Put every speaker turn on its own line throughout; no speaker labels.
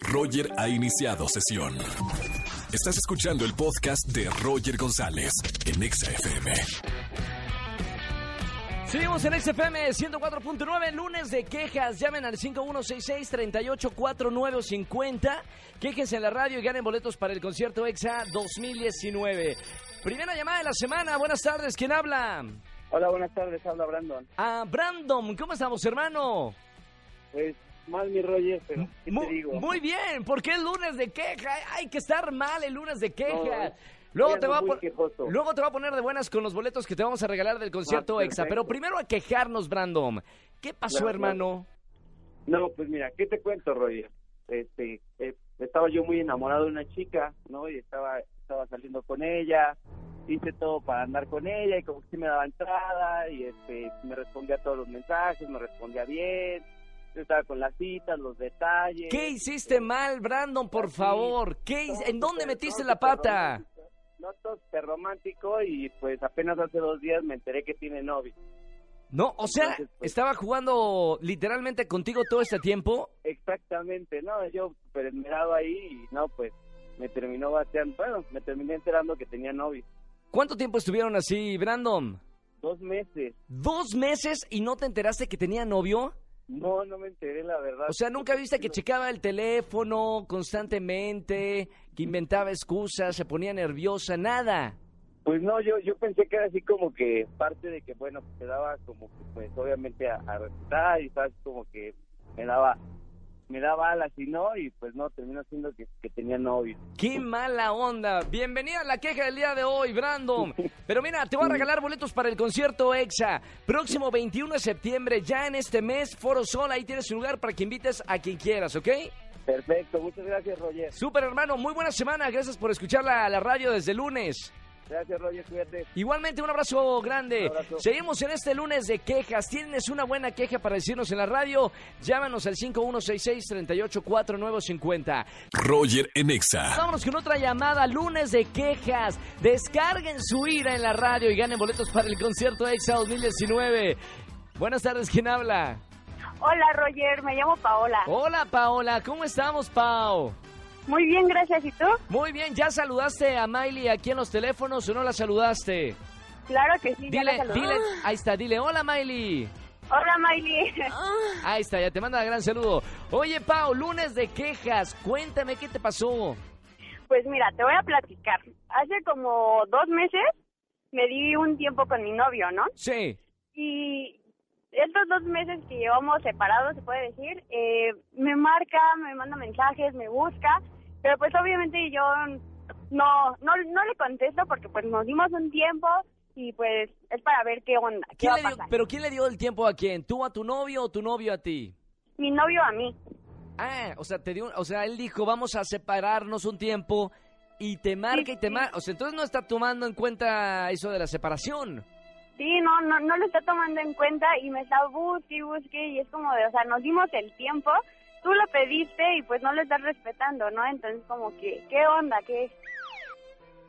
Roger ha iniciado sesión. Estás escuchando el podcast de Roger González en Exa FM.
Seguimos en XFM 104.9, lunes de quejas. Llamen al 5166-384950. Quéjense en la radio y ganen boletos para el concierto EXA 2019. Primera llamada de la semana. Buenas tardes. ¿Quién habla?
Hola, buenas tardes, habla Brandon.
Ah, Brandon. ¿Cómo estamos, hermano?
Pues mal mi Roger, pero ¿qué
Mu-
te digo?
Muy bien. ¿Por qué el lunes de queja? Hay que estar mal el lunes de
No,
queja.
estoy
Luego te,
ando
va a
muy
pon-
quejoso.
Luego te va a poner de buenas con los boletos que te vamos a regalar del concierto
Ah,
EXA.
perfecto.
Pero primero a quejarnos, Brandon. ¿Qué pasó,
Claro,
hermano?
No, pues mira, ¿qué te cuento, Roger? Este, eh, estaba yo muy enamorado de una chica, ¿no? Y estaba, estaba saliendo con ella, hice todo para andar con ella y como que sí me daba entrada y este, me respondía a todos los mensajes, me respondía bien, yo estaba con las citas, los detalles. eh,
¿Qué hiciste mal, Brandon? Por
así,
favor. ¿Qué
Todo
hice- ¿En dónde
súper-
metiste
todo
la
súper
pata?
romántico, No, todo súper romántico y pues apenas hace dos días me enteré que tiene novio.
No, o sea,
Entonces, pues-
estaba jugando literalmente contigo todo este tiempo.
Exactamente, no, yo super esmerado ahí y no, pues me terminó bateando, bueno, me terminé enterando que tenía novio.
¿Cuánto tiempo estuvieron así, Brandon?
Dos meses,
¿Dos meses y no te enteraste que tenía novio?
no, no me enteré la verdad.
O sea, nunca viste que checaba el teléfono constantemente, que inventaba excusas, se ponía nerviosa, nada.
Pues no, yo yo pensé que era así como que parte de que, bueno, pues, se daba como que, pues obviamente a, a respetar y sabes como que me daba, me daba alas y no, y pues no, terminó siendo que, que tenía novio.
¡Qué mala onda! Bienvenida a la queja del día de hoy, Brandon. Pero mira, te voy a regalar boletos para el concierto EXA. Próximo 21 de septiembre, ya en este mes, Foro Sol, ahí tienes un lugar para que invites a quien quieras, ¿ok?
Perfecto, muchas gracias Roger,
Super hermano, muy buena semana, gracias por escuchar la, la radio desde el lunes.
gracias Roger, cuídate.
Igualmente, un abrazo grande.
Un abrazo.
Seguimos en este lunes de quejas. ¿Tienes una buena queja para decirnos en la radio? Llámanos al 5166-384950.
Roger en Exa.
Vámonos con otra llamada, lunes de quejas. Descarguen su ira en la radio y ganen boletos para el concierto EXA 2019. Buenas tardes, ¿quién habla?
Hola Roger, me llamo Paola.
Hola Paola, ¿cómo estamos, Pao?
Muy bien, gracias. ¿Y tú?
Muy bien, ¿ya saludaste a Miley aquí en los teléfonos o no la saludaste?
Claro que sí. ya la
Dile,
saludé.
dile, ahí está, dile, hola Miley.
Hola Miley.
Ah. Ahí está, ya te manda un gran saludo. Oye, Pao, lunes de quejas, cuéntame qué te pasó.
Pues mira, te voy a platicar. Hace como dos meses me di un tiempo con mi novio, ¿no?
Sí,
Y estos dos meses que llevamos separados, se puede decir, eh, me marca, me manda mensajes, me busca, pero pues obviamente yo no, no, no le contesto porque pues nos dimos un tiempo y pues es para ver qué onda, qué
¿Quién
va
le
a
dio-
pasar.
¿pero quién le dio el tiempo a quién? ¿Tú a tu novio o tu novio a ti?
Mi novio a mí.
Ah, o sea, te dio, o sea, él dijo, vamos a separarnos un tiempo y te marca y te
sí.
marca. O sea, entonces no está tomando en cuenta eso de la separación.
Sí, no, no, no lo está tomando en cuenta y me está busque y busque y es como de, o sea, nos dimos el tiempo, tú lo pediste y pues no lo estás respetando, ¿no? Entonces como que, ¿qué onda? ¿Qué,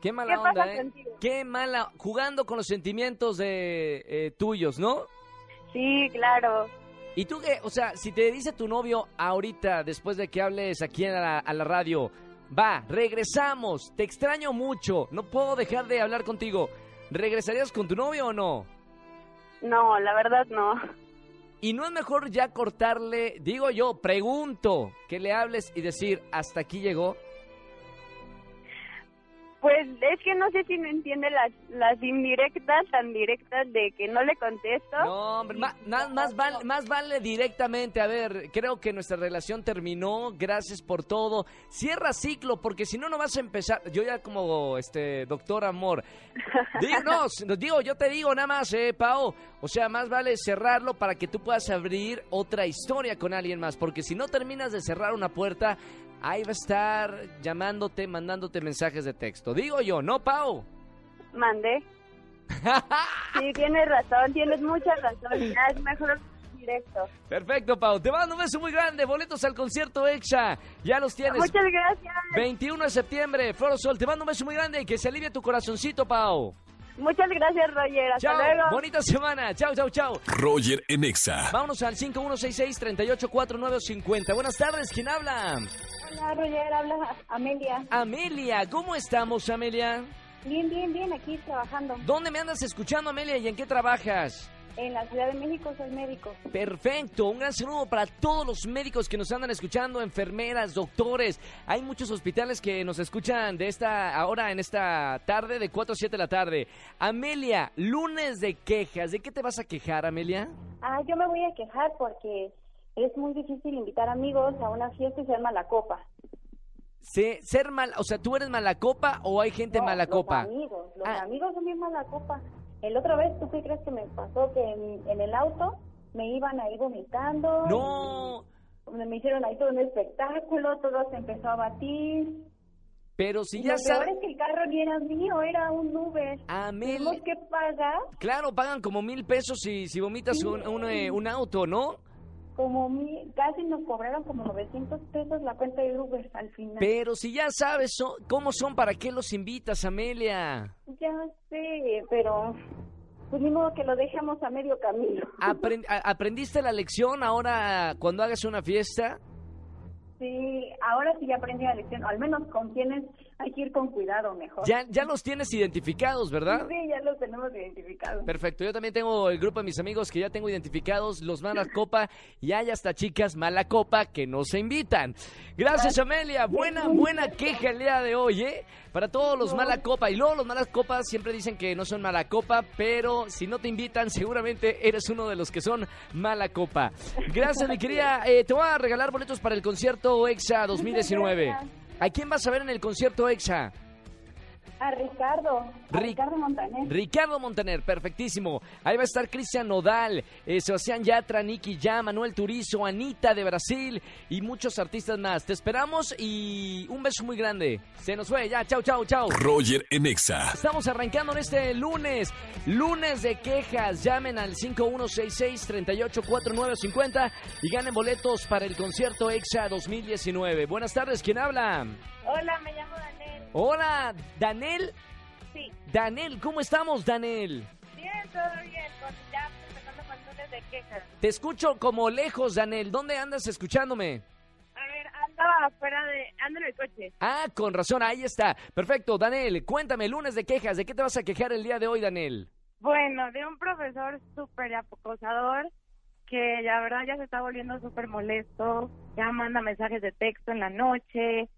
Qué mala
¿Qué pasa
onda, ¿eh?
contigo?
Qué mala, jugando con los sentimientos de eh, tuyos, ¿no?
sí, claro.
Y tú que, o sea, si te dice tu novio ahorita, después de que hables aquí a la, a la radio, va, regresamos, te extraño mucho, no puedo dejar de hablar contigo. ¿Regresarías con tu novio o no?
No, la verdad no.
Y no es mejor ya cortarle, digo yo, pregunto, que le hables y decir, hasta aquí llegó.
Pues es que no sé si me entiende las, las indirectas tan directas de que no le contesto.
No, hombre, ma- na- más, vale, más vale directamente. A ver, creo que nuestra relación terminó, gracias por todo. Cierra ciclo, porque si no, no vas a empezar. Yo ya como, este, doctor amor. Digo, no, s- no, digo, yo te digo nada más, eh, Pao. O sea, más vale cerrarlo para que tú puedas abrir otra historia con alguien más, porque si no terminas de cerrar una puerta, ahí va a estar llamándote, mandándote mensajes de texto. Digo yo, ¿no, Pao?
Mandé. Sí, tienes razón, tienes mucha razón. Ya es mejor directo.
Perfecto, Pau. Te mando un beso muy grande. Boletos al concierto EXA. Ya los tienes.
Muchas gracias.
21 de septiembre, Flor Sol. Te mando un beso muy grande y que se alivie tu corazoncito, Pau.
Muchas gracias, Roger. Hasta
Chao.
luego.
Bonita semana. Chao, chao, chao.
Roger en Exa.
Vámonos al 5166-384950. Buenas tardes. ¿Quién habla?
Hola, Roger, habla Amelia.
Amelia, ¿cómo estamos, Amelia?
Bien, bien, bien, aquí trabajando.
¿Dónde me andas escuchando, Amelia, y en qué trabajas?
En la Ciudad de México soy médico.
Perfecto, un gran saludo para todos los médicos que nos andan escuchando, enfermeras, doctores. Hay muchos hospitales que nos escuchan de esta ahora en esta tarde de 4 a 7 de la tarde. Amelia, lunes de quejas. ¿De qué te vas a quejar, Amelia?
Ah, yo me voy a quejar porque es muy difícil invitar amigos a una fiesta y ser mala copa.
Se- ser mal, o sea, ¿tú eres mala copa o hay gente
No,
mala copa?
Los amigos, los
Ah.
amigos son bien mala copa. El otra vez, ¿tú qué crees que me pasó? Que en, en el auto me iban ahí vomitando.
No,
Me me hicieron ahí todo un espectáculo, todo se empezó a batir.
pero si
Y
ya
lo peor
sabes,
es que el carro ni era mío, era un Uber. Tuvimos
Amelia,
que pagar
claro, pagan como mil pesos si, si vomitas un, un, eh, un auto, ¿no?
como mi, casi nos cobraron como 900 pesos la cuenta de Uber al final.
Pero si ya sabes so- cómo son, ¿para qué los invitas, Amelia?
Ya sé, pero pues ni modo que lo dejamos a medio camino.
Apren- a- ¿Aprendiste la lección ahora cuando hagas una fiesta?
Sí, ahora sí ya aprendí la lección, o al menos con quienes hay que ir con cuidado mejor.
Ya, ya los tienes identificados, ¿verdad?
Sí, ya los tenemos identificados.
Perfecto, yo también tengo el grupo de mis amigos que ya tengo identificados, los malas copa y hay hasta chicas mala copa que no se invitan. Gracias Amelia, buena, buena queja el día de hoy, ¿eh? Para todos los mala copa y luego los malas copas siempre dicen que no son mala copa, pero si no te invitan seguramente eres uno de los que son mala copa. Gracias mi querida, eh, te voy a regalar boletos para el concierto EXA 2019.
gracias.
¿A quién vas a ver en el concierto EXA?
A Ricardo, a
Ri-
Ricardo Montaner.
Ricardo Montaner, perfectísimo. Ahí va a estar Cristian Nodal, eh, Sebastián Yatra, Nicky Ya, Manuel Turizo, Anita de Brasil y muchos artistas más. Te esperamos y un beso muy grande. Se nos fue, ya, chao, chao, chao.
Roger en Exa.
Estamos arrancando en este lunes, lunes de quejas. Llamen al 5166-384950 y ganen boletos para el concierto EXA 2019. Buenas tardes, ¿quién habla?
Hola, me llamo Daniel.
Hola, Danel.
Sí.
Danel, ¿cómo estamos, Danel?
Bien, todo bien. Con, ya empezando con lunes de quejas.
Te escucho como lejos, Daniel. ¿Dónde andas escuchándome?
A ver, andaba afuera de... Ando en el coche.
Ah, con razón, ahí está. Perfecto, Daniel. Cuéntame, lunes de quejas. ¿De qué te vas a quejar el día de hoy, Daniel?
Bueno, de un profesor súper acosador que la verdad ya se está volviendo súper molesto, ya manda mensajes de texto en la noche,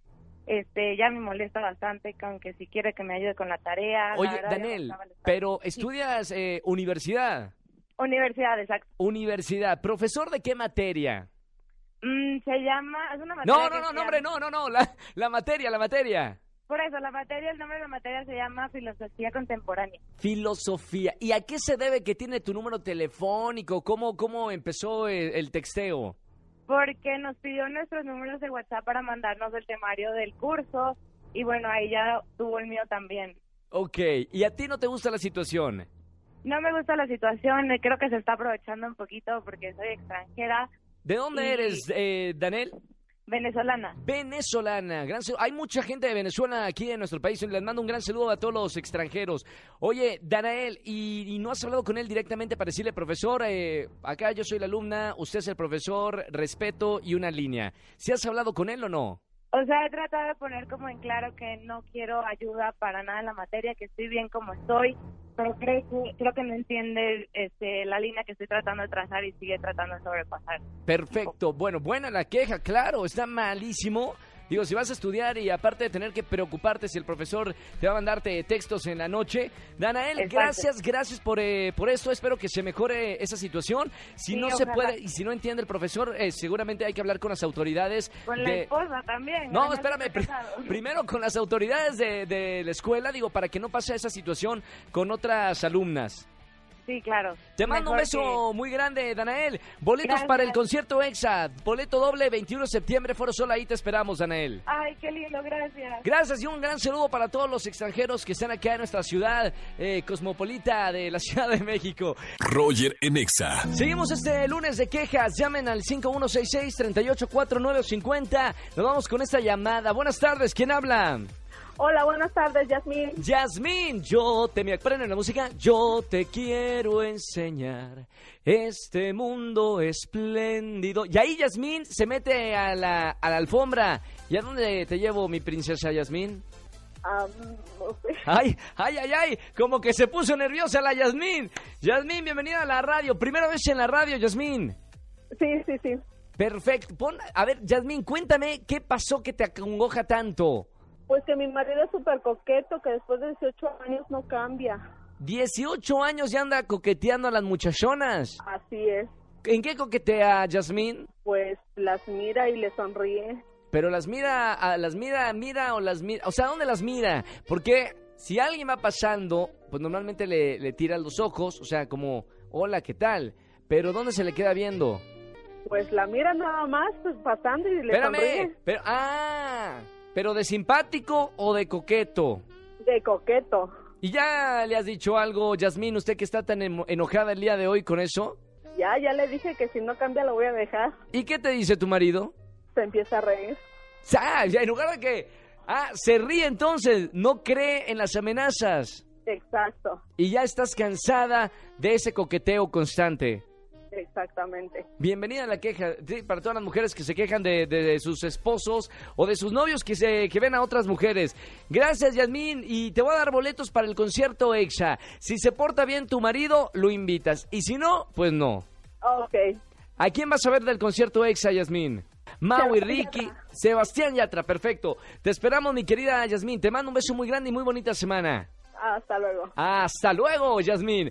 este, ya me molesta bastante con que si quiere que me ayude con la tarea. la
Oye,
verdad, ya me
Daniel,
está molestando.
pero estudias eh, universidad.
Universidad, exacto.
Universidad. ¿Profesor de qué materia?
Mm, se llama, es una materia...
No,
que
no, no,
se
no, hombre,
llama-
no, no, no. La, la materia, la materia.
Por eso, la materia, el nombre de la materia se llama Filosofía Contemporánea.
Filosofía. ¿Y a qué se debe que tiene tu número telefónico? ¿Cómo, cómo empezó eh, el texteo?
porque nos pidió nuestros números de WhatsApp para mandarnos el temario del curso y bueno, ahí ya tuvo el mío también.
Ok, ¿y a ti no te gusta la situación?
No me gusta la situación, eh, creo que se está aprovechando un poquito porque soy extranjera
¿De dónde
Y-
eres, eh, Daniel?
venezolana.
venezolana. Gran saludo. Hay mucha gente de Venezuela aquí en nuestro país. Les mando un gran saludo a todos los extranjeros. Oye, Danael, ¿y, y no has hablado con él directamente para decirle, profesor, eh, acá yo soy la alumna, usted es el profesor, respeto y una línea? ¿Si has hablado con él o no?
O sea, he tratado de poner como en claro que no quiero ayuda para nada en la materia, que estoy bien como estoy, pero creo que, creo que no entiende este, la línea que estoy tratando de trazar y sigue tratando de sobrepasar.
Perfecto. Bueno, buena la queja, claro, está malísimo. Digo, si vas a estudiar y aparte de tener que preocuparte si el profesor te va a mandarte textos en la noche, Danael,
Exacto.
gracias, gracias por, eh, por esto. Espero que se mejore esa situación. Si
Sí,
no se
ojalá.
puede y si no entiende el profesor, eh, seguramente hay que hablar con las autoridades.
Con la
de-
esposa también.
no,
además
espérame.
está
pri-
casado.
primero con las autoridades de, de la escuela, digo, para que no pase esa situación con otras alumnas.
Sí, claro.
Te mando un beso
Mejor que-
muy grande, Danael. Boletos
Gracias.
para el concierto EXA. Boleto doble, 21 de septiembre, Foro Sol. Ahí te esperamos, Danael.
Ay, qué lindo, gracias.
Gracias y un gran saludo para todos los extranjeros que están acá en nuestra ciudad eh, cosmopolita de la Ciudad de México.
Roger en Exa.
Seguimos este lunes de quejas. Llamen al 5166-384950. Nos vamos con esta llamada. Buenas tardes, ¿quién habla?
Hola, buenas tardes, Yasmín.
Yasmín, yo te... Mira, prenden la música. Yo te quiero enseñar este mundo espléndido. Y ahí Yasmín se mete a la, a la alfombra. ¿Y a dónde te llevo, mi princesa Yasmín?
Ah, no sé.
Ay, ay, ay, ay, como que se puso nerviosa la Yasmín. Yasmín, bienvenida a la radio. Primera vez en la radio, Yasmín.
Sí, sí, sí.
Perfecto. Pon, a ver, Yasmín, cuéntame qué pasó que te acongoja tanto.
Pues que mi marido es súper coqueto, que después de 18 años no cambia.
18 años ya anda coqueteando a las muchachonas.
Así es.
¿En qué coquetea Yasmín?
Pues las mira y le sonríe.
Pero las mira, a- las mira, mira o las mira. O sea, ¿dónde las mira? Porque si alguien va pasando, pues normalmente le, le tira los ojos, o sea, como, hola, ¿qué tal? Pero ¿dónde se le queda viendo?
Pues la mira nada más, pues pasando y le
Espérame,
sonríe.
pero, ah, pero de simpático o de coqueto.
De coqueto.
¿Y ya le has dicho algo, Yasmín, usted que está tan emo- enojada el día de hoy con eso?
Ya, ya le dije que si no cambia lo voy a dejar.
¿Y qué te dice tu marido?
Se empieza a reír.
Ah, ya, en lugar de que... Ah, se ríe entonces, no cree en las amenazas.
Exacto,
Y ya estás cansada de ese coqueteo constante.
exactamente.
Bienvenida a la queja, sí, para todas las mujeres que se quejan de, de- de sus esposos o de sus novios que se que ven a otras mujeres. Gracias, Yasmín, y te voy a dar boletos para el concierto EXA. Si se porta bien tu marido, lo invitas, y si no, pues no.
Ok,
¿A quién vas a ver del concierto EXA, Yasmín? Mau y Ricky, Sebastián Yatra, perfecto. Te esperamos, mi querida Yasmín. Te mando un beso muy grande y muy bonita semana.
hasta luego.
Hasta luego, Yasmín.